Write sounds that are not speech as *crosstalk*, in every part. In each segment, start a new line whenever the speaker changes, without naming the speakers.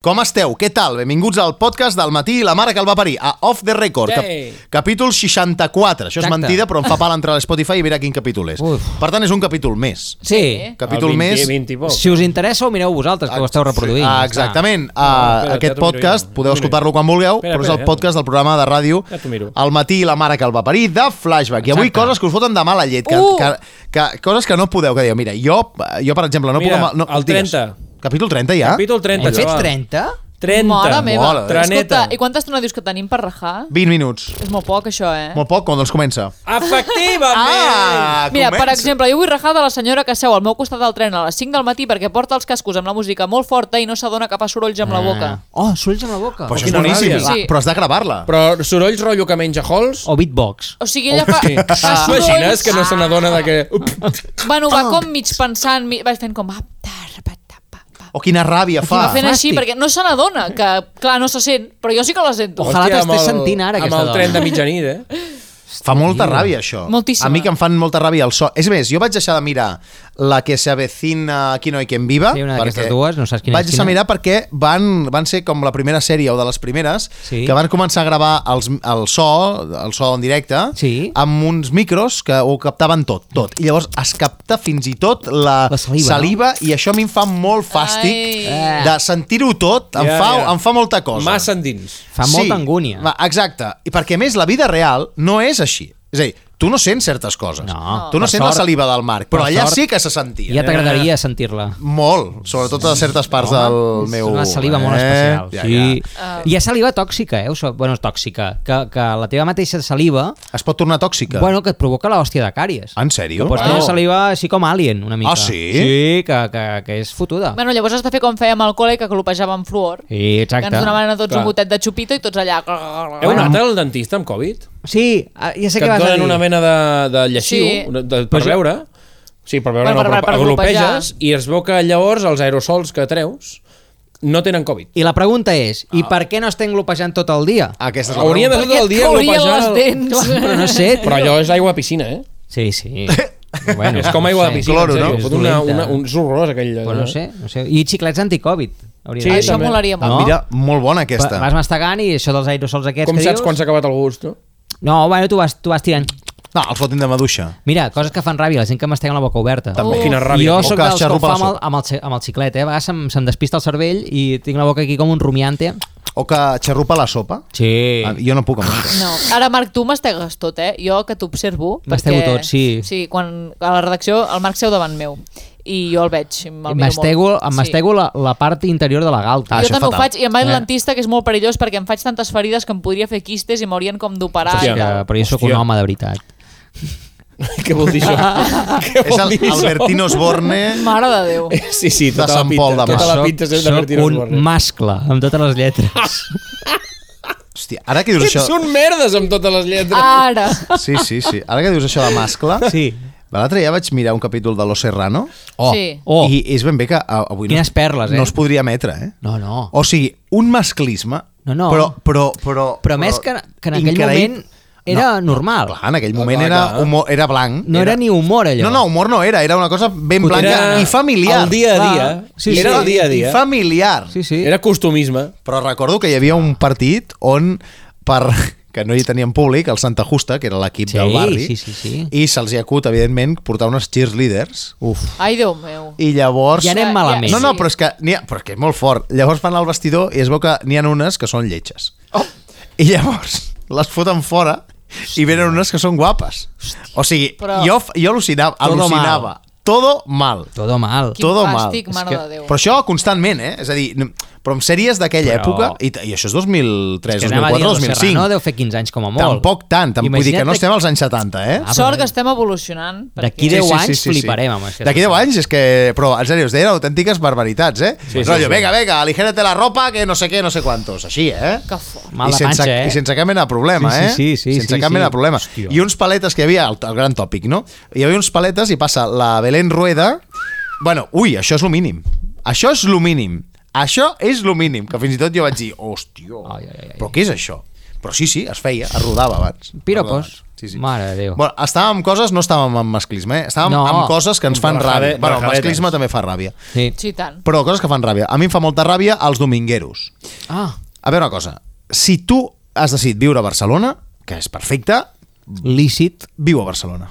Com esteu? Què tal? Benvinguts al podcast del matí i la mare que el va parir, a Off the Record,
Yay!
capítol 64. Això és
Exacte.
mentida, però em fa pal entrar a l'Spotify i veure quin capítol és.
Uf.
Per tant, és un capítol més.
Sí.
Capítol
El 20,
més...
20 i poc.
Si us interessa, ho mireu vosaltres, que ho esteu reproduint.
Ah,
ja està.
exactament. Ah,
espera,
aquest
ja t'ho miro
podcast
jo.
podeu
Mira.
escoltar-lo quan vulgueu,
Espera,
però és
espera,
el
ja
podcast del programa de ràdio
Ja t'ho miro.
El matí i la mare que el va parir de Flashback. I avui
Exacte.
coses que us foten de mala llet, que,
Uh!
que, que, coses que no podeu, que dieu, mira, jo, jo per exemple, no
Mira,
puc... No,
el
digues.
30.
Capítol 30 ja?
Capítol 30.
Hem fet
Joan.
30?
30.
Mare meva.
Mola, eh?
Traneta.
Escolta, i quanta estona dius que tenim per rajar?
20 minuts.
És molt poc, això, eh?
Molt poc, doncs comença.
Efectivament!
Mira,
eh?
per exemple, jo vull rajar de la senyora que seu al meu costat del tren a les 5 del matí perquè porta els cascos amb la música molt forta i no s'adona que fa sorolls amb la boca.
Oh, sorolls amb la boca.
Però això és
Quina
boníssim,
ràbia.
va,
Sí.
però has de gravar-la.
Però sorolls rotllo que menja halls?
O beatbox.
O sigui, ella fa,
Oh, Sí. Ah,
fa
T'imagines
sorolls... Ah.
que no se n'adona de que... Up.
Bueno, va com mig pensant, mi- va fent com... ah, tar, pa, ta, pa, pa.
O quina ràbia fa.
Va fent així
fàstic.
perquè no se n'adona, que clar, no se sent, però jo sí que la sento.
Ojalà
Hòstia, amb
t'estés
el-
sentint ara,
Amb
aquesta
el
dona.
tren de mitjanit, eh?
Fa molta ràbia, això.
Moltíssima.
A mi que em fan molta ràbia el so. És més, jo vaig deixar de mirar la que s'avecina aquí no hi quien viva.
Sí, una d'aquestes
perquè
dues, no saps quina
Vaig
és
deixar
quina.
mirar perquè van, van ser com la primera sèrie o de les primeres
Sí.
que van començar a gravar els, el so, el so en directe,
Sí.
amb uns micros que ho captaven tot, tot. I llavors es capta fins i tot la,
La saliva,
no? i això a mi em fa molt fàstic
Ai.
de sentir-ho tot, em,
Ja,
fa,
ja.
em fa molta cosa.
Massa endins.
Fa molta angúnia.
Va, exacte. I perquè, a més, la vida real no és així. És a dir, tu no sents certes coses.
No.
tu no
Per
sents
sort.
la saliva del Marc, però
Per
allà
sort.
sí que se sentia. eh?
Ja t'agradaria sentir-la.
Molt, sobretot a certes parts del
És
meu... eh?
una saliva molt especial. sí. ja. Hi ha saliva tòxica, eh? O sigui, bueno, és tòxica. Que, que la teva mateixa saliva,
ja. Es pot tornar tòxica.
bueno, que et provoca l'hòstia de càries.
En sèrio?
Que pots tenir saliva així com alien, una mica.
Ah, sí?
Sí, que, que, que és fotuda.
Bueno, llavors has de fer com fèiem al col·le, que clopejàvem fluor.
Sí, exacte.
Que ens donaven a tots
Clar.
un gotet de xupito i tots allà...
Heu anat al dentista amb Covid?
Sí, ah, ja sé
Que
què
et
vas a
donen
dir.
una mena de, de lleixiu
Sí.
de, de, per
Però jo-
veure. Sí, per veure,
Bueno,
no,
per-
però
per
aglopeges i es veu que llavors els aerosols que treus no tenen Covid.
I la pregunta és, i
Ah.
per què no estem glopejant tot el dia?
Aquesta és la
Hauria de
pregunta.
tot el dia
Perquè et caurien
glopejar...
les dents.
Clar, *laughs* però no sé.
Però allò és aigua a piscina, eh? *laughs*
Sí, sí. Bueno,
és com aigua de piscina,
Cloro,
en
no?
sèrio.
És
Fot una,
dolenta.
una, un, és horrorós aquell...
Però no sé, no sé. I xiclets anticovid. hauria
Sí,
de dir.
Això
també.
molaria
Ah,
molt.
Mira, molt bona
Va-
aquesta.
Vas mastegant i això dels aerosols aquests
Com
que
saps
dius...
quan s'ha acabat el gust, no? *laughs*
No, bueno, tu vas, tu vas tirant...
No, els fotin de maduixa.
Mira, coses que fan ràbia, la gent que mastega amb la boca oberta.
També.
Oh. Quina
I
ràbia.
jo
O
sóc
que es
dels que ho
xarrupa la
fa amb el, amb el, xi- amb el xiclet, eh? A vegades se'm, se'm despista el cervell i tinc la boca aquí com un rumiante.
O que xerrupa la sopa.
Sí.
Ah, Jo no puc amb això.
No. Ara, Marc, tu m'astegues tot, eh? Jo que t'observo.
Mastego
perquè-
tot, sí.
Sí, quan a la redacció el Marc seu davant meu i jo el veig, me'l miro
Mastego,
molt.
em mastego la, la part interior de la galta.
Ah,
jo
això
també
fatal.
ho faig i em vaig
Eh.
al dentista, que és molt perillós perquè em faig tantes ferides que em podria fer quistes i m'haurien com d'operar. i
Hòstia.
que,
tal.
però jo sóc un
Hòstia.
home, de veritat.
Què vol dir això? *laughs* Què
És el Albertino Osborne...
Mare de
*laughs*
Déu.
Sí, sí,
de
tota la
Sant
pinta.
Pol de
tota
Mar.
la
Soc-
pinta és
soc
d'Albertino
un
Osborne.
mascle, amb totes les lletres.
*laughs*
Hòstia, ara que dius
Ets
això...
un merdes amb totes les lletres.
Ah,
Ara.
Sí, sí, sí. Ara que dius això de mascle...
Sí.
L'altre dia vaig mirar un capítol de Los Serrano
Oh,
Sí.
oh.
i és ben bé que ah, avui
Quines perles, eh?
no es podria emetre, eh?
No, no.
O sigui, un masclisme,
No, no.
Però, però, però,
però més que, que en aquell
increïble.
moment era no. normal.
Clar, en aquell moment
Clar,
era,
clar.
humor, era blanc.
No era ni humor, allò.
No, no, humor no era, era una cosa ben
Era
blanca i familiar.
El dia a dia.
Clar. Ah, Sí,
era
sí.
el dia a
I
dia.
familiar.
Sí, sí.
Era costumisme.
Però recordo que hi havia un partit on per *laughs* que no hi tenien públic, el Santa Justa, que era l'equip
Sí,
del barri,
sí, sí, sí.
i se'ls hi acut, evidentment, portar unes cheerleaders,
Uf.
Ai, Déu meu.
i llavors...
Ja anem malament.
No, no,
Sí.
però és que, n'hi ha, però és que és molt fort. Llavors van al vestidor i es veu que n'hi ha unes que són lletges. Oh. I llavors les foten fora i venen unes que són guapes. O sigui,
Però-
jo, f- jo al·lucinava.
Todo mal.
al·lucinava. Todo mal.
Todo mal.
Quin
Todo mal.
fàstic,
És
mare
que-
de Déu.
Però això constantment, eh? És a dir, no- però amb sèries d'aquella
Però-
època, i, t- i això és 2003,
Que anava a dir,
2004,
el Serrano
2005.
deu fer 15 anys com a molt.
Tampoc tant, tampoc, vull dir que no
Imagina't
estem als anys 70, eh?
Ah,
Sort
però-
que estem evolucionant.
D'aquí
perquè-
10 anys fliparem amb això.
D'aquí 10 anys és que... Però, en sèrio, us deien autèntiques barbaritats, eh? Sí,
sí,
Rollo,
sí.
venga, venga, aligérate la ropa, que no sé què, no sé quantos. Així, eh?
Que fort.
Mala
I sense,
panxa, eh?
I sense cap mena de problema,
Sí, sí,
eh?
sí, sí,
sense
sí,
cap
sí.
mena de problema.
Hòstia.
I uns paletes que hi havia, el, el gran tòpic, no? Hi havia uns paletes i passa la Belén Rueda... Bueno, ui, això és lo mínim. Això és lo mínim. Això és lo mínim, que fins i tot jo vaig dir, hòstia,
Ai, ai, ai, ai.
però què és això? Però sí, sí, es feia, es rodava abans. Es rodava
Piropos.
abans. Sí, sí.
Mare de Déu.
Bueno, estàvem amb coses, no estàvem amb masclisme, eh? estàvem
No.
no. amb coses que ens fan
Barrajade-
ràbia. Bueno, el
barrajadetes.
masclisme també fa ràbia.
Sí.
Sí, i tant.
Però coses que fan ràbia. A mi em fa molta ràbia els domingueros.
Ah,
A veure una cosa, si tu has decidit viure a Barcelona, que és perfecte,
lícit,
viu a Barcelona.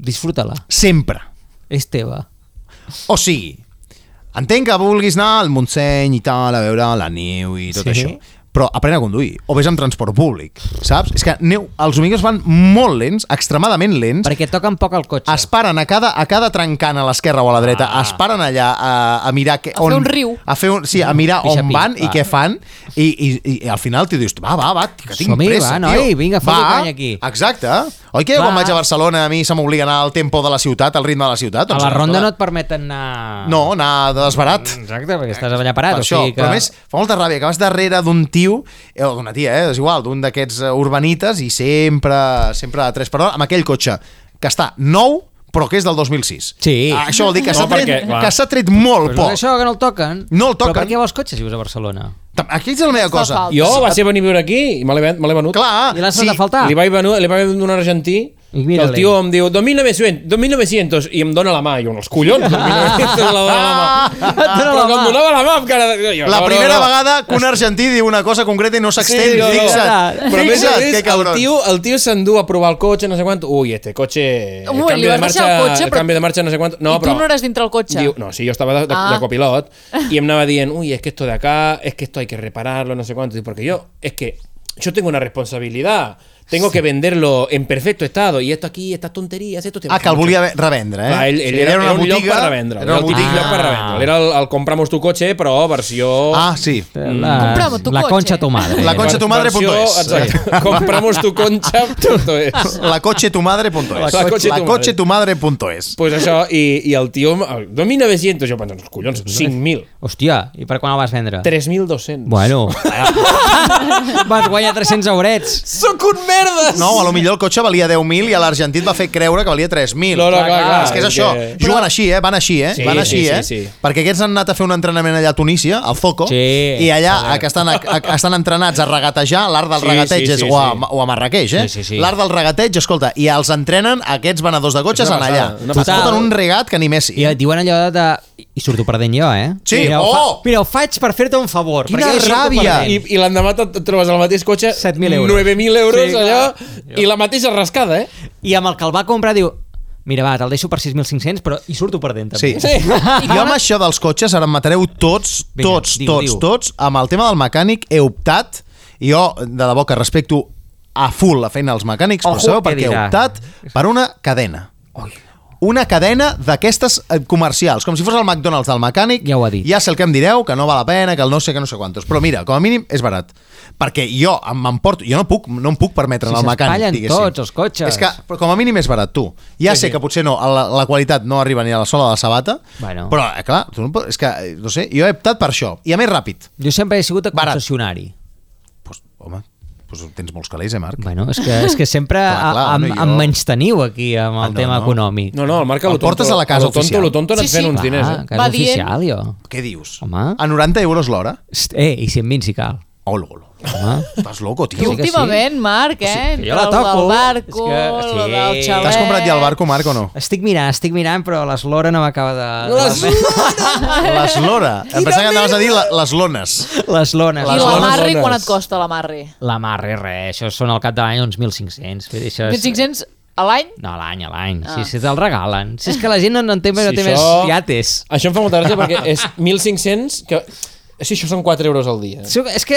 disfruta-la.
Sempre.
És teva.
O sigui, entenc que vulguis anar al Montseny i tal, a veure la neu i tot
Sí.
sí. això, però aprèn a conduir, o vés amb transport públic, saps? És que neu, els domingos van molt lents, extremadament lents,
Perquè toquen poc el cotxe.
es paren a cada, a cada trencant a l'esquerra o a la dreta, ah. es paren allà a, a mirar... Que,
A fer un riu.
A fer un, sí, a mirar
Pixapí,
on van i
va.
què fan, i, i, i, al final t'hi dius, va, va, va, que tinc
Som-hi,
pressa,
va,
tio.
noi, vinga, fot-li
Va,
canya aquí.
Exacte. Oi que
Va.
quan vaig a Barcelona a mi se m'obliga a anar al tempo de la ciutat, al ritme de la ciutat?
a
Doncs
la
no,
ronda
escolta,
no et Mm. permeten anar...
no, anar desbarat.
Exacte, perquè estàs allà parat.
Per això,
o sigui que...
però a més, fa molta ràbia que vas darrere d'un tio, eh, o d'una tia, eh, és igual, d'un d'aquests eh, urbanites i sempre, sempre a tres per hora, amb aquell cotxe que està nou, però que és del 2006.
Sí.
Ah, Això vol dir que
No,
s'ha tret,
perquè, clar.
que s'ha tret molt
Però
poc.
és això que no el toquen.
No el toquen.
Però per què vols cotxe si vius a Barcelona?
Tam- Aquí és la meva cosa.
falta.
Jo va ser venir a viure aquí i me l'he ven- me l'he venut.
Clar,
I l'has de faltar.
Li vaig venir, li vaig venir un argentí
I
que el
mira-li.
tio em diu 2.900, 2.900 i em dona la mà. I jo, els collons, 2.900 la dona la mà.
*laughs* Et dona
Però
la
que em
mà.
donava la mà amb cara de... Jo,
La
no, no,
primera
no.
vegada que un argentí diu una cosa concreta i no s'extén,
no, no.
fixa't.
Però a més a
fixa't,
més,
que
el
cabrons.
tio, el tio s'endú a provar el cotxe, no sé quant... Ui, este cotxe...
Ui,
el
li
canvi de
vas
marxa,
deixar el cotxe, però-
canvi de marxa, no sé quant... No,
I tu
però...
no eres dintre el cotxe.
Diu, no, sí, yo estaba de, de-
Ah.
de
*laughs*
copilot y em andaba diciendo, uy, es que esto de acá, es que esto hay que repararlo, no sé cuánto. Y Porque yo, es que yo tengo una responsabilidad. Tengo que venderlo en perfecto estado. Y esto aquí, estas tonterías, esto...
Ah, que el volia ve- revendre, eh?
Clar, ell, ell
Sí,
era, era, un lloc per revendre.
Era una
típic
botiga.
lloc per revendre. Era el, el compramos tu cotxe, però versió...
Ah,
*laughs*
sí.
La,
Compra'm tu
la
cotxe.
concha tu madre.
La concha-
Ver-
tu madre
versió-
punto es.
Exacte. *laughs* compramos tu concha punto es.
La cotxe tu madre.es.
La cotxe tu
La cotxe tu madre.es.
pues això, i, i el tio... el 2.900, jo pensant, els collons, 5.000.
Hòstia, i per quan el vas vendre?
3.200.
Bueno. *laughs* vas guanyar 300 eurets.
Sóc un merdes!
No, a lo millor el cotxe valia 10.000 i a l'argentí et va fer creure que valia 3.000.
No, no, clar, clar,
és que és
és
això.
que-
Juguen així, eh? Van així, eh?
Sí,
Van així,
sí, sí,
eh?
sí.
Perquè aquests han anat a fer un entrenament allà a Tunísia, al Zoco,
Sí.
i allà a, que estan, a, a, estan entrenats a regatejar, l'art del
Sí,
regateig
sí,
és,
sí,
o, a,
sí.
o a Marrakeix, eh?
Sí, sí, sí.
L'art del regateig, escolta, i els entrenen aquests venedors de cotxes
És una
en allà.
passada, una
Es
passada.
foten un regat que ni Messi.
I et diuen allò de... I surto perdent jo, eh?
Sí,
mira, ho
oh!
fa... mira, ho faig per fer-te un favor.
Quina
perquè jo surto
ràbia!
perdent.
I, i l'endemà et et trobes el mateix cotxe
7.000 euros.
9.000 euros
Sí,
sí, allò i la mateixa rascada, eh?
I amb el que el va comprar diu mira, va, te'l deixo per 6.500, però hi surto perdent, també.
Sí.
Sí.
Jo amb això dels cotxes ara em matareu tots,
Vinga,
tots,
diu,
tots,
diu.
tots. Amb el tema del mecànic he optat, i jo de debò que respecto a full la feina dels mecànics,
Ojo,
però sabeu
què
per què he
dirà.
optat? Per una cadena. Una cadena d'aquestes eh, comercials, com si fos el McDonald's del mecànic.
Ja ho ha dit.
Ja sé el que em direu, que no val la pena, que el no sé que no sé quantos. Però mira, com a mínim és barat. Perquè jo em- m'emporto... Jo no, puc, no em puc permetre
Si
anar al mecànic,
s'espatllen
diguéssim.
tots els cotxes.
És que però com a mínim és barat, tu. Ja sí, sé que potser no, la, la qualitat no arriba ni a la sola de la sabata,
Bueno.
però, eh, clar, tu no, pots- és que, eh, no sé, jo he optat per això. I a més ràpid.
Jo sempre he sigut
Barat.
concessionari.
Pues, home, pues tens molts calés, eh, Marc?
Bueno, és que, és que sempre
Clar, clar,
a- em,
home, jo-
em menys teniu aquí amb el
Ah, no,
tema
no.
econòmic. Ah,
No, no, el marca
El
lo tonto.
portes a la casa
lo tonto,
oficial.
lo tonto anat
Sí, sí.
fent uns
Va.
diners, eh?
que
Va
és oficial, jo.
Què dius?
Home.
A 90 euros l'hora?
Host, Eh, i 120 si cal.
Olo, olo.
Home.
Estàs loco,
I
tio.
Que sí, que sí.
últimament, Marc, eh?
que
Sí,
jo la toco.
El
És
barco,
que-
que...
sí.
del xalet...
T'has comprat ja el barco, Marc, o no?
*laughs* Estic mirant, estic mirant, però l'eslora no m'acaba de...
Les-
L'eslora. Em pensava que anaves a dir la- les lones.
Les lones.
I
Les
la
dones
Marri,
dones.
quan et costa la Marri?
La mar, res, res. Això són al cap de l'any uns 1.500. Vull dir, això és-
1.500 a l'any?
No, a l'any, a l'any. Ah.
Ah.
Si, si te'l regalen. Si és que la gent no, no en té, no té més iates.
Això em fa molta gràcia perquè és 1.500 que... Sí, això són 4 euros al dia. eh?
Això- És que,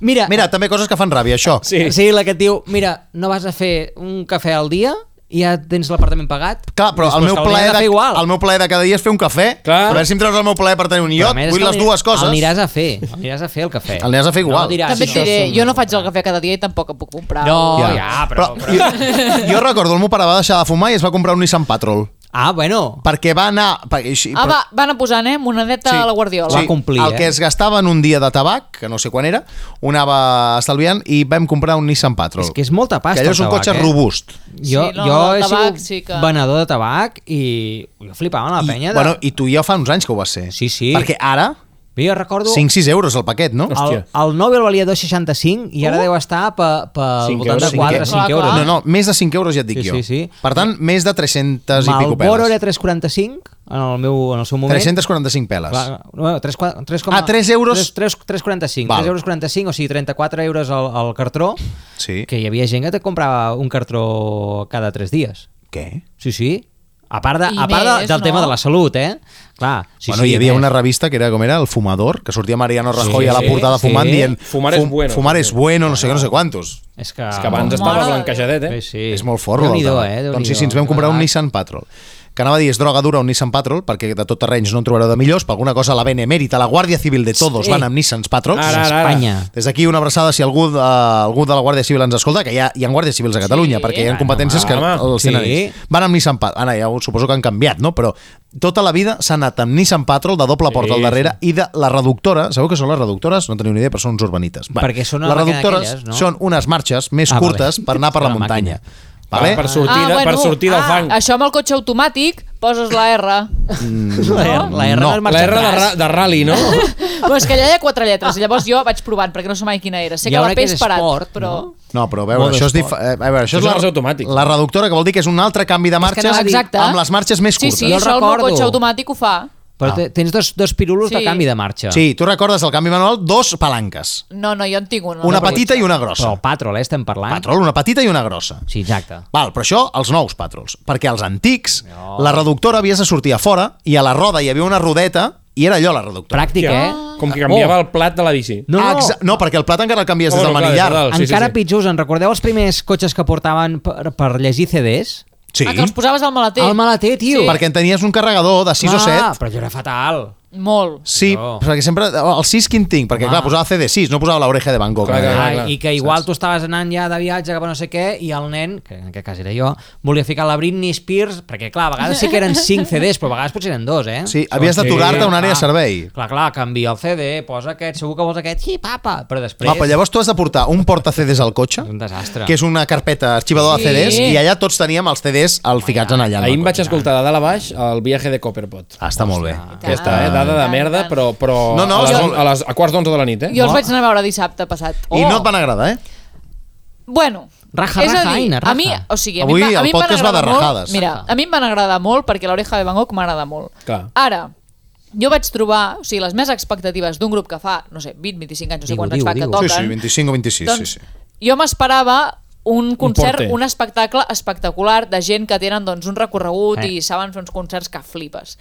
mira,
Mira, també coses que fan ràbia, això.
sí. sí, la que et diu, mira, no vas a fer un cafè al dia i ja tens l'apartament pagat. Doncs
Clar, però el
Després
meu,
t'hauria
plaer
de
de,
fer igual.
el meu plaer de cada dia és fer un cafè.
Clar.
A veure si em treus el meu plaer per tenir un
Però
iot.
a més és
Vull
que
les
el-
dues coses.
El aniràs a fer, el aniràs a fer el cafè.
El aniràs a fer igual.
No diràs,
També et
"Això
diré,
són-"
jo no faig el cafè cada dia i tampoc em puc comprar.
No,
un.
ja, Oh, ja però... però...
Jo, jo recordo el meu pare va deixar de fumar i es va comprar un Nissan Patrol.
Ah, bueno,
Perquè va anar... Perquè, així,
Ah, va, van anar posant, eh? Monedeta
Sí.
a la Guardiola.
Sí. Va complir,
el
eh?
que es gastava en un dia de tabac, que no sé quan era, ho anava estalviant i vam comprar un Nissan Patrol.
és que és molta pasta
que allò és un
el tabac,
cotxe
eh?
robust.
Jo,
Sí, no,
jo
el
he
tabac
sigut
sí que-
venedor de tabac i jo flipava amb la penya de...
bueno, I tu ja fa uns anys que ho vas ser.
Sí, sí.
Perquè ara
Bé, jo recordo...
5-6 euros el paquet, no?
Hòstia.
El, el Nobel valia 2,65 i ara
Uh.
deu estar per, per al
Cinc
voltant de
euros,
cinc
4 5
euros.
euros.
Ah. No, no, més de 5 euros ja et dic
Sí,
jo.
sí, sí.
Per tant, més de 300 i pico
Malboro
peles.
era 3,45 en el, meu, en el seu moment.
345 peles.
Clar, no, 3, 4, 3,
Ah, tres euros.
3, 3, 45,
Val.
3 euros 45, o sigui 34 euros al, al cartró,
Sí.
que hi havia gent que te comprava un cartró cada 3 dies.
Què?
Sí, sí. A part, de,
I
a part de,
més,
del
no?
tema de la salut, eh? Clar,
Sí,
sí,
bueno,
sí,
hi havia
més.
una revista que era com era El Fumador, que sortia Mariano Rajoy sí, a la
sí,
portada
sí.
sí. fumant dient
Fumar és bueno.
fumar és bueno, no sé què, no sé quantos.
És que,
És que abans
Ah,
Mare
estava
de Déu.
blanquejadet, eh?
Sí, sí.
És molt fort.
Déu-n'hi-do,
l'altre.
eh?
Doncs
Déu-n'hi-do.
sí, sí, ens vam comprar un
Clar.
Nissan Patrol. Que anava a dir, és droga dura un Nissan Patrol, perquè de tot terrenys no en trobareu de millors, per alguna cosa la Benemèrita, la Guàrdia Civil de Todos
Sí.
van amb Nissans Patrols.
Ara, ara, ara.
Espanya.
Des d'aquí una abraçada si algú, de, algú de la Guàrdia Civil ens escolta, que hi ha, hi ha Guàrdia Civils a Catalunya,
Sí.
perquè hi ha
Ah,
competències que
home.
els tenen
Sí.
ells. Van amb Nissan Patrol. Ara, ja ho suposo que han canviat, no? Però tota la vida s'ha anat amb Nissan Patrol de doble porta
Sí,
al darrere i de la reductora, sabeu que són les reductores? No teniu ni idea, però són uns urbanites. Va,
Perquè són
les
una màquina
reductores
d'aquelles, no?
són unes marxes més
Ah, vale.
curtes per anar per
Són
la
una
muntanya.
màquina. Ah,
Vale?
Ah, Per sortir, de, per sortir del
ah,
fang.
Això amb el cotxe automàtic poses la R.
La R, la R Mm.
No.
no, es
La
marxa
R de,
atrás.
ra- de rally,
*laughs*
no?
Però és que allà hi ha quatre lletres, i llavors jo vaig provant, perquè no sé mai quina era. Sé
Hi
que
ha
la
una
P
que
és
és
parat,
esport,
però...
no?
No, però a veure,
Mode
això és, dif...
esport.
eh, a veure, això
Això
és la,
és automàtic.
la reductora, que vol dir que és un altre canvi de
És que
marxes
anava a dir-
Exacte.
amb les marxes més
Sí,
curtes.
sí,
Jo
això el meu
recordo.
cotxe automàtic ho fa.
Però
Ah.
te- tens dos, dos pirulos de
Sí.
canvi de marxa.
Sí, tu recordes el canvi manual, dos palanques.
No, no, jo en tinc una.
Una
no,
petita i una grossa.
Però el patrol, eh, estem parlant.
Patrol, una petita i una grossa.
Sí, exacte.
Val, però això, els nous patrols. Perquè als antics,
No.
la reductora havies de sortir a fora i a la roda hi havia una rodeta i era allò la reductora.
Pràctic, eh?
Com que canviava
Oh.
el plat de la bici.
No, no.
Exa- no, perquè el plat encara el canvies des
Oh,
del
no, clar,
manillar.
des de dalt. Sí, sí,
Encara
sí.
pitjors, en recordeu els primers cotxes que portaven per, per llegir CDs?
Sí,
Ah, que els posaves al maleter.
Al maleter, tio.
Sí.
perquè en tenies un carregador de 6 o 7
Però jo era fatal.
Molt.
Sí,
No.
perquè sempre... El 6 quin tinc? Perquè, clar, posava CD6, no posava l'oreja de Van Gogh.
Clar, clar,
Ah,
clar.
I que igual tu estaves anant ja de viatge cap a no sé què i el nen, que en aquest cas era jo, volia ficar la Britney Spears, perquè clar, a vegades sí que eren
*laughs*
5 CDs, però a vegades potser eren dos, eh?
Sí, havies d'aturar-te a una àrea de
Clar.
servei.
Clar, clar, canvia el CD, posa aquest, segur que vols aquest, sí, papa, però després...
Va, però llavors tu has de portar un porta-CDs al cotxe,
És un desastre.
que és una carpeta arxivador
Sí.
de CDs, i allà tots teníem els CDs el ficats en allà. en el
Ahir em vaig
cotxe.
escoltar de dalt a baix el viatge de Copperpot.
Ah, està molt bé.
Ja està, eh? Dada de merda, però, però
No, no,
a,
és
les,
molt-
a, les, a quarts d'onze de la nit, eh?
Ah. Jo els vaig anar a veure dissabte passat. Oh.
I no et van agradar, eh?
Bueno,
Raja,
és a
raja,
dir,
Aina,
a mi,
raja.
o sigui, a
Avui
mi, em va- a
el
mi em van
podcast va de
agradar molt-
rajades.
Mira, a mi em van agradar molt perquè l'oreja de Van Gogh m'agrada molt.
Clar.
Ara, jo vaig trobar, o sigui, les meves expectatives d'un grup que fa, no sé, 20, 25 anys, no sé
Digue-ho,
quants anys fa que
digue-ho,
toquen. Doncs
Sí, sí, 25 o 26, sí, sí.
Jo m'esperava un concert,
porter.
un, espectacle espectacular de gent que tenen doncs, un recorregut
Eh.
i saben fer uns concerts que flipes.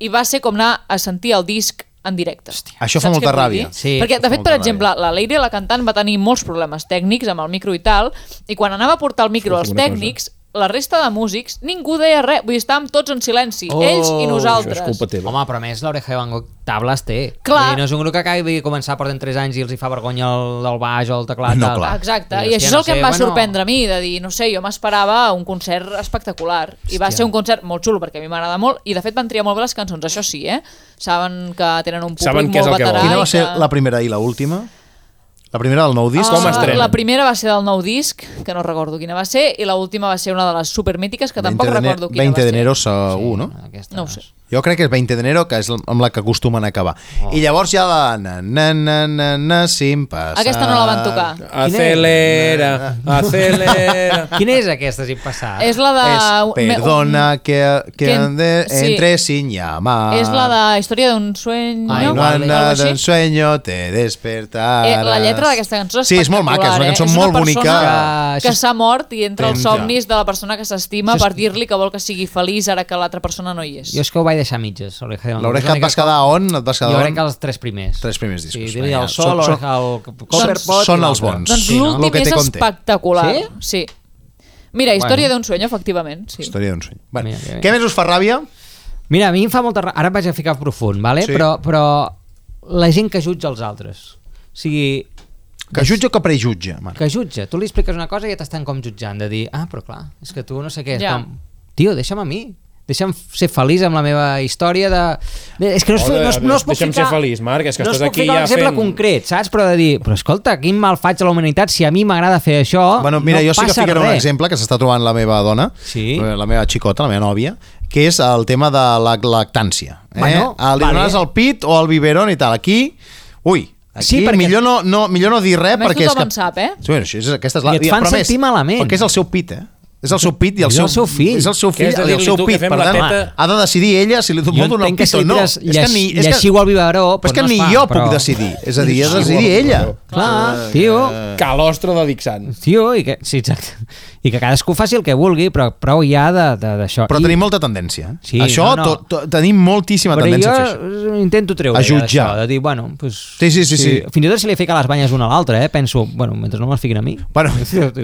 I va ser com anar a sentir el disc en directe. Hòstia,
Això fa molta ràbia.
Sí,
Perquè,
fa
de fet,
molta
per
ràbia.
exemple, la Leire, la cantant, va tenir molts problemes tècnics amb el micro i tal, i quan anava a portar el micro
Això és
als
una cosa.
tècnics, la resta de músics, ningú deia res. Vull dir, estàvem tots en silenci,
Oh,
ells i
això és
nosaltres.
Això és culpa teva.
Home, però a més l'Oreja de Van Gogh tables té.
Clar.
Vull dir, no és un grup que acabi de començar porten 3 anys i els hi fa vergonya el, el baix o el teclat.
No,
tal.
clar.
Exacte,
Vull
i
dir,
això
hòstia,
és
no
el que
sé,
em va
bueno.
sorprendre a mi, de dir, no sé, jo m'esperava un concert espectacular, i va
Hòstia.
ser un concert molt xulo, perquè a mi m'agrada molt, i de fet van triar molt bé les cançons, això sí, eh? Saben que tenen un públic
Saben què és
molt
el que
veterà.
volen.
Quina
i
va ser
que-
la primera i la última? La primera del nou disc?
Com
Ah,
estrenen?
La primera va ser del nou disc, que no recordo quina va ser, i l'última va ser una de les supermítiques, que tampoc
20 de
recordo quina
20
va ser.
d'enero segur, no?
Aquesta
No ho sé.
ah, Jo crec que és 20 d'enero, que és l- amb la que acostumen a acabar.
Oh.
I llavors ja la... Na, na, na, na, na, sin passar.
Aquesta no la van tocar.
Acelera, acelera...
*laughs* Quina és aquesta, si passat?
És la de...
Ah, És, perdona que, que,
que-
ande-
sí.
entré sin llamar.
És la de Història d'un sueño.
Ai,
Ay,
no,
no
vale.
nada
Algo així.
d'un sueño te despertaràs.
Eh, la lletra d'aquesta cançó és
Sí, és molt maca, és una
espectacular,
cançó
eh?
molt
és una
bonica.
persona
Que-
que s'ha mort i entra als
Penja.
somnis de la persona que s'estima per dir-li que vol que sigui feliç ara que l'altra persona no hi és.
Jo és que ho vaig deixar a mitges. l'Oreja de Van Gogh.
L'oreja et vas quedar on? Et vas quedar
Jo crec que
on?
els tres primers.
Tres primers discos,
Sí, diria
vinga,
el Sol,
són- són-
l'Oreja, el Copperpot...
són
i
els
l'altre.
bons.
Doncs
Sí, no? Lo
l'últim
que te
és
conté.
espectacular.
Sí?
Sí. Mira, Història
Bueno.
d'un sueño, efectivament. Sí.
Història d'un sueño. Bueno,
Mira, mira,
què més us fa ràbia?
Mira, a mi em fa molta... ra- Ara em vaig a ficar profund, vale?
Sí.
però, però la gent que jutja els altres. O sigui,
Que jutge o que prejutge? Marc?
que jutja. Tu li expliques una cosa i ja t'estan com jutjant, de dir, ah, però clar, és que tu no sé què, és
Ja.
com, tio, deixa'm a mi, deixa'm ser feliç amb la meva història de... de- És que no es,
Joder,
no es, no es puc
deixa'm
ficar...
ser feliç, Marc, és que
no es
estàs
puc
aquí
ficar un
ja
exemple
fent-
concret, saps? Però de dir, però escolta, quin mal faig a la humanitat si a mi m'agrada fer això,
Bueno, mira,
Oh, no
jo sí que
passa
ficaré un
res.
exemple que s'està trobant la meva dona,
Sí.
la meva xicota, la meva nòvia, que és el tema de la lactància. Eh?
Bueno,
Ah, Li
vale.
donaràs el pit o el biberon i tal. Aquí, ui, aquí
Sí,
sí,
perquè-
perquè... millor, no, no, millor no dir res
Només
perquè és
tothom
que...
en sap, eh?
Sí, bueno, això és, aquesta és la...
I et fan
però a més,
sentir malament.
Perquè és el seu pit, eh? És el seu pit i el,
És
seu,
el seu fill.
És el seu
Que
fill
has de
i el
dir-li
seu
tu que
pit.
fem
Per
la
tant,
teta.
ha de decidir ella si li vol donar un
entenc que
pit
si
o
li
no.
tires
És que ni, és que,
lleixiu al biberó,
però és
pues
que
no es
ni
fa,
jo
però-
puc decidir. És a dir, ha de
Lleixiu al
decidir ella.
biberó.
Clar, tio.
Calostro de Dixant.
Tio, i que, sí, exacte. I que cadascú faci el que vulgui, però prou ja de- de- d'això.
Però
Ah, I-
tenim molta tendència. eh?
Sí,
això,
no, no.
to, to, tenim moltíssima
però
tendència
jo eh,
a fer això.
intento treure
A
ja
jutjar.
d'això, de dir, bueno, pues,
Sí, sí, sí, sí.
Fins i tot si li fica les banyes una a l'altra, eh? penso, bueno, mentre no me les fiquin a mi.
Bueno,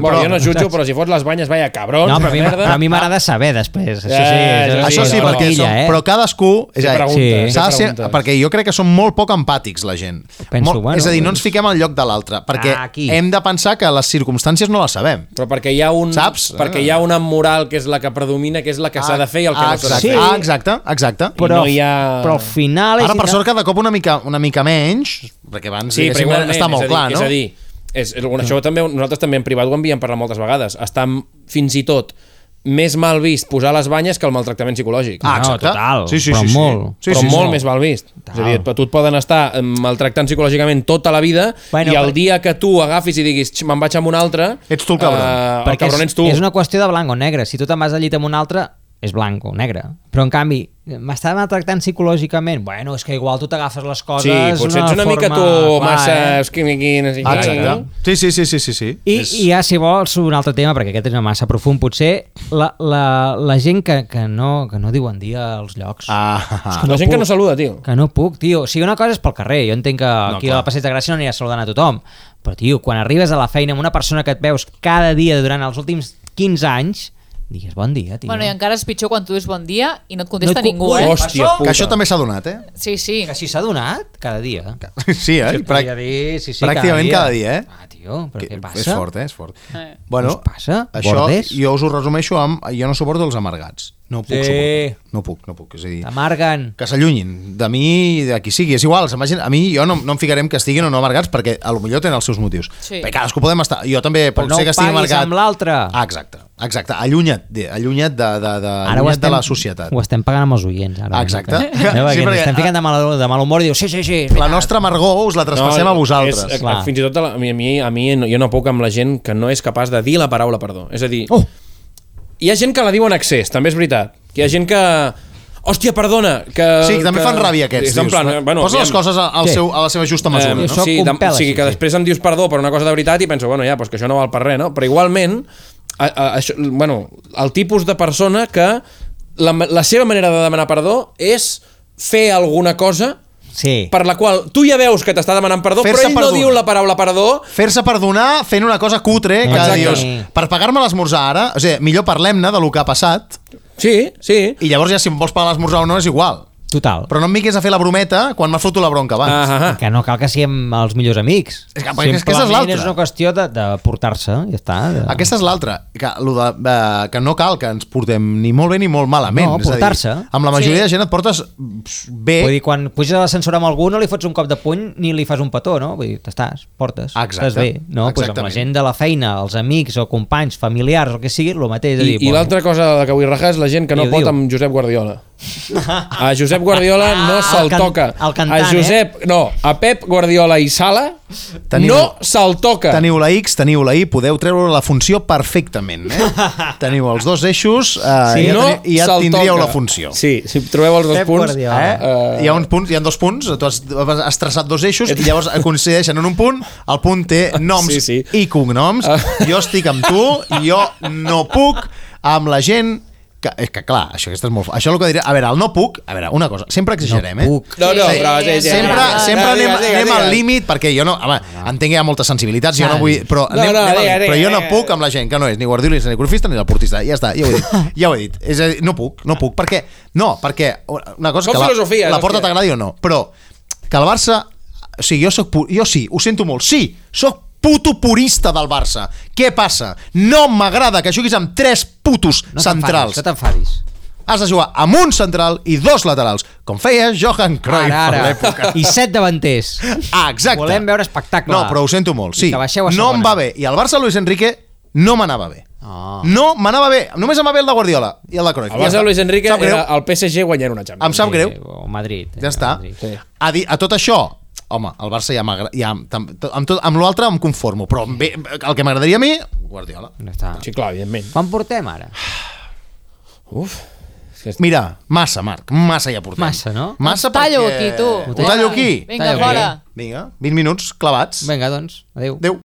Bueno, jo no jutjo, però si fos les banyes, vaya cabrón.
No, però a mi,
merda.
però a mi m'agrada saber després. Això sí,
Eh,
és-
Això sí,
no,
perquè
Quilla,
som,
eh?
però cadascú... És a dir,
Fer preguntes,
Sí.
s'ha
fer
de ser,
preguntes.
perquè jo crec que som molt poc empàtics, la gent.
Penso, bueno,
és a dir, no ens
doncs-
fiquem al lloc de l'altre, perquè
Ah, aquí.
hem de pensar que les circumstàncies no les sabem.
Però perquè hi ha un...
Saps?
Perquè hi ha una moral que és la que predomina, que és
Ah,
la que s'ha de fer i el que no s'ha de
exacte,
fer.
fer.
Ah, exacte, exacte.
I no hi ha...
però al final... és
Ara, per
intentar-
sort, cada cop una mica, una mica menys, perquè abans
Sí, però
diguéssim,
igualment,
està molt
és a dir,
clar, no?
És a dir, és, és, bueno, això també, nosaltres també en privat ho enviem parlar moltes vegades. Està m- fins i tot més mal vist posar les banyes que el maltractament psicològic.
Ah,
No,
exacte.
total,
sí, sí,
però
sí, sí.
molt.
Sí,
però
sí, sí.
molt més mal vist. És a dir, a tu et poden estar eh, maltractant psicològicament tota la vida
Bueno,
i el
però-
dia que tu agafis i diguis "Xt, me'n vaig amb un altre...
Ets tu el cabron.
eh, el
perquè
cabron
és,
ets tu.
és una qüestió de blanc o negre. Si tu te'n vas al llit amb un altre, és blanc o negre. Però, en canvi, m'està maltractant psicològicament. Bueno, és que igual tu t'agafes les coses...
Sí, potser ets una
forma...
mica tu
Clar,
massa...
eh?
esquimiquina, sí,
Ah,
no?
Exacte. Sí, sí, sí, sí, sí. sí.
I, I ja, si vols, un altre tema, perquè aquest és una massa profund, potser la, la, la gent que, que, no, que no diuen dia als llocs.
Ah, ah, ah.
La gent que no saluda, tio.
Que no puc, tio. O sigui, una cosa és pel carrer. Jo entenc que no, aquí
clar.
al Passeig de Gràcia no aniràs saludant a tothom. Però, tio, quan arribes a la feina amb una persona que et veus cada dia durant els últims 15 anys, digues bon dia, tio.
Bueno, i encara és pitjor quan tu dius bon dia i no et contesta
No et cu-
ningú,
Ui,
eh?
hosti.
Hòstia
Que
puta.
això també s'ha donat, eh?
Sí, sí.
Que si s'ha donat cada dia.
*laughs* Sí, eh? I
Pràct...
prac-
Dir, sí, sí,
pràcticament cada dia, eh?
Ah, tio, però
Que-
què passa?
És fort, eh? És fort.
Eh.
Bueno,
Us passa?
Això
Bordes?
jo us ho resumeixo amb... Jo no suporto els amargats. No ho puc
Sí.
suportar. No puc, no puc. És a dir,
T'amarguen.
que s'allunyin de mi i de qui sigui. És igual, s'imagina... A mi jo no, no em ficaré en que estiguin o no amargats perquè a lo millor tenen els seus motius.
Sí.
Bé, cadascú podem estar... Jo també
Però
puc
no
ser que estigui
ho paguis
amargat.
amb l'altre.
Ah, exacte, exacte. Allunya't, de- allunya't de, de, de, allunya't de la societat.
Ho estem pagant amb els oients, ara.
Ah, exacte.
No,
*laughs* Sí,
sí, perquè...
perquè-
Estem ficant de mal, de mal humor i diu, sí, sí, sí.
La nostra amargor us la traspassem a vosaltres.
És,
Clar.
fins i tot a, la, a mi, a mi, a mi no- jo no puc amb la gent que no és capaç de dir la paraula perdó. És a dir,
Oh!
hi ha gent que la diu en excés, també és veritat. Que hi ha gent que... Hòstia, perdona, que...
Sí, que també
que...
fan ràbia aquests.
És en
dius.
plan, eh, bueno,
Posa les
aviam,
coses al
Sí.
seu, a la seva justa mesura.
jo
no?
Eh,
sóc
sí,
un
de,
pèl
o sigui,
així,
que
sí.
després em dius perdó per una cosa de veritat i penso, bueno, ja, pues que això no val per res, no? Però igualment, a, a, això, bueno, el tipus de persona que la, la seva manera de demanar perdó és fer alguna cosa
Sí.
per la qual tu ja veus que t'està demanant perdó,
Fer-se
però ell no
perdonar.
diu la paraula perdó,
fer-se perdonar fent una cosa cutre que
Exacte.
dius, per pagar-me l'esmorzar ara, o sigui, millor parlem-ne de lo que ha passat
Sí, sí.
i llavors ja si em vols pagar l'esmorzar o no és igual.
Total.
Però no em miquis a fer la brometa quan m'ha fotut la bronca abans.
Ah, ah.
Que no cal que siguem els millors amics.
És que- perquè és que aquesta és
Simplement
l'altra.
és una qüestió de, de portar-se, ja està. De...
Aquesta és l'altra, que, lo de, eh, que no cal que ens portem ni molt bé ni molt malament.
No,
És a dir,
portar-se.
Amb la majoria
Sí.
sí. de gent et portes pss, bé...
Vull dir, quan puges a l'ascensor amb algú no li fots un cop de puny ni li fas un petó, no? Vull dir, t'estàs, portes,
Exacte.
estàs bé. No? Pues amb la
Exactament.
gent de la feina, els amics o companys, familiars, el que sigui, el mateix. és a
I,
dir,
i l'altra cosa de la que vull rajar és la gent que no
I ho
pot
diu.
amb Josep Guardiola. A Josep Guardiola no
Ah,
se'l
el can-
toca.
el cantant,
a Josep, eh? no, a Pep Guardiola i Sala
Teniu-
no se'l toca.
Teniu la X, teniu la Y, podeu treure la funció perfectament. Eh?
*laughs*
teniu els dos eixos eh,
Si
i ja,
no,
teni- i ja
se'l
tindríeu
toca.
la funció.
Sí, si trobeu els dos
Pep
punts...
Guardiola.
Eh?
Eh,
hi ha uns punts, hi ha dos punts, tu has, has traçat dos eixos i
*laughs*
llavors coincideixen en un punt, el punt té noms
Sí, Ah. sí.
i cognoms, jo estic amb tu, jo no puc amb la gent que, és que clar, això, aquesta és molt... Això és el que diré... A veure, el no puc... A veure, una cosa, sempre exagerem, eh?
puc.
No, no,
Sí,
però... Sí, sí,
Sempre,
no,
sempre
no,
anem,
digues, digues,
anem al
digues.
límit, perquè jo no... Home, entenc que hi ha moltes sensibilitats, jo no vull... Però,
No,
anem, anem
no,
al
digues,
límit, però jo no
digues.
puc amb la gent que no és ni guardiola, ni sanicrofista, ni deportista. Ja està, ja ho he dit.
*laughs*
Ja ho he dit. És a dir, no puc, no puc. Perquè, no, perquè una cosa
Com
que
filosofia,
la, la porta
hòstia.
t'agradi o no, però que el Barça... O sigui, jo, soc, pu- jo sí, ho sento molt, sí, sóc puto purista del Barça. Què passa? No m'agrada que juguis amb tres putos
No
centrals.
t'enfadis, No t'enfadis.
Has de jugar amb un central i dos laterals, com feia Johan Cruyff
Ara,
a l'època.
ara. I set davanters.
Ah, exacte.
Volem veure espectacle.
No, però ho sento molt,
I
sí.
que baixeu a
No em
segona.
va bé. I el Barça Luis Enrique no m'anava bé.
Oh.
No, m'anava bé. Només em va bé el de Guardiola i el de Cruyff.
Abans
Ja
de
està.
Luis Enrique
Em sap greu.
era el PSG guanyant una
Em
Champions.
sap greu.
O Madrid. eh,
Ja està.
Madrid.
Sí.
A, dir, a tot això, home, el Barça ja m'agrada... Ja, amb, amb, tot- amb, tot- amb l'altre em conformo, però amb bé, el que m'agradaria a mi, Guardiola.
Ja està.
Sí, clar, evidentment.
Quan portem ara?
Uf. És que
Mira, massa, Marc, massa ja portem.
Massa, no?
Massa
Tallo
perquè...
aquí, tu.
Ho tallo aquí.
Vinga,
Tallo aquí.
fora.
Vinga, 20 minuts clavats.
Vinga, doncs. Adéu.
Adéu.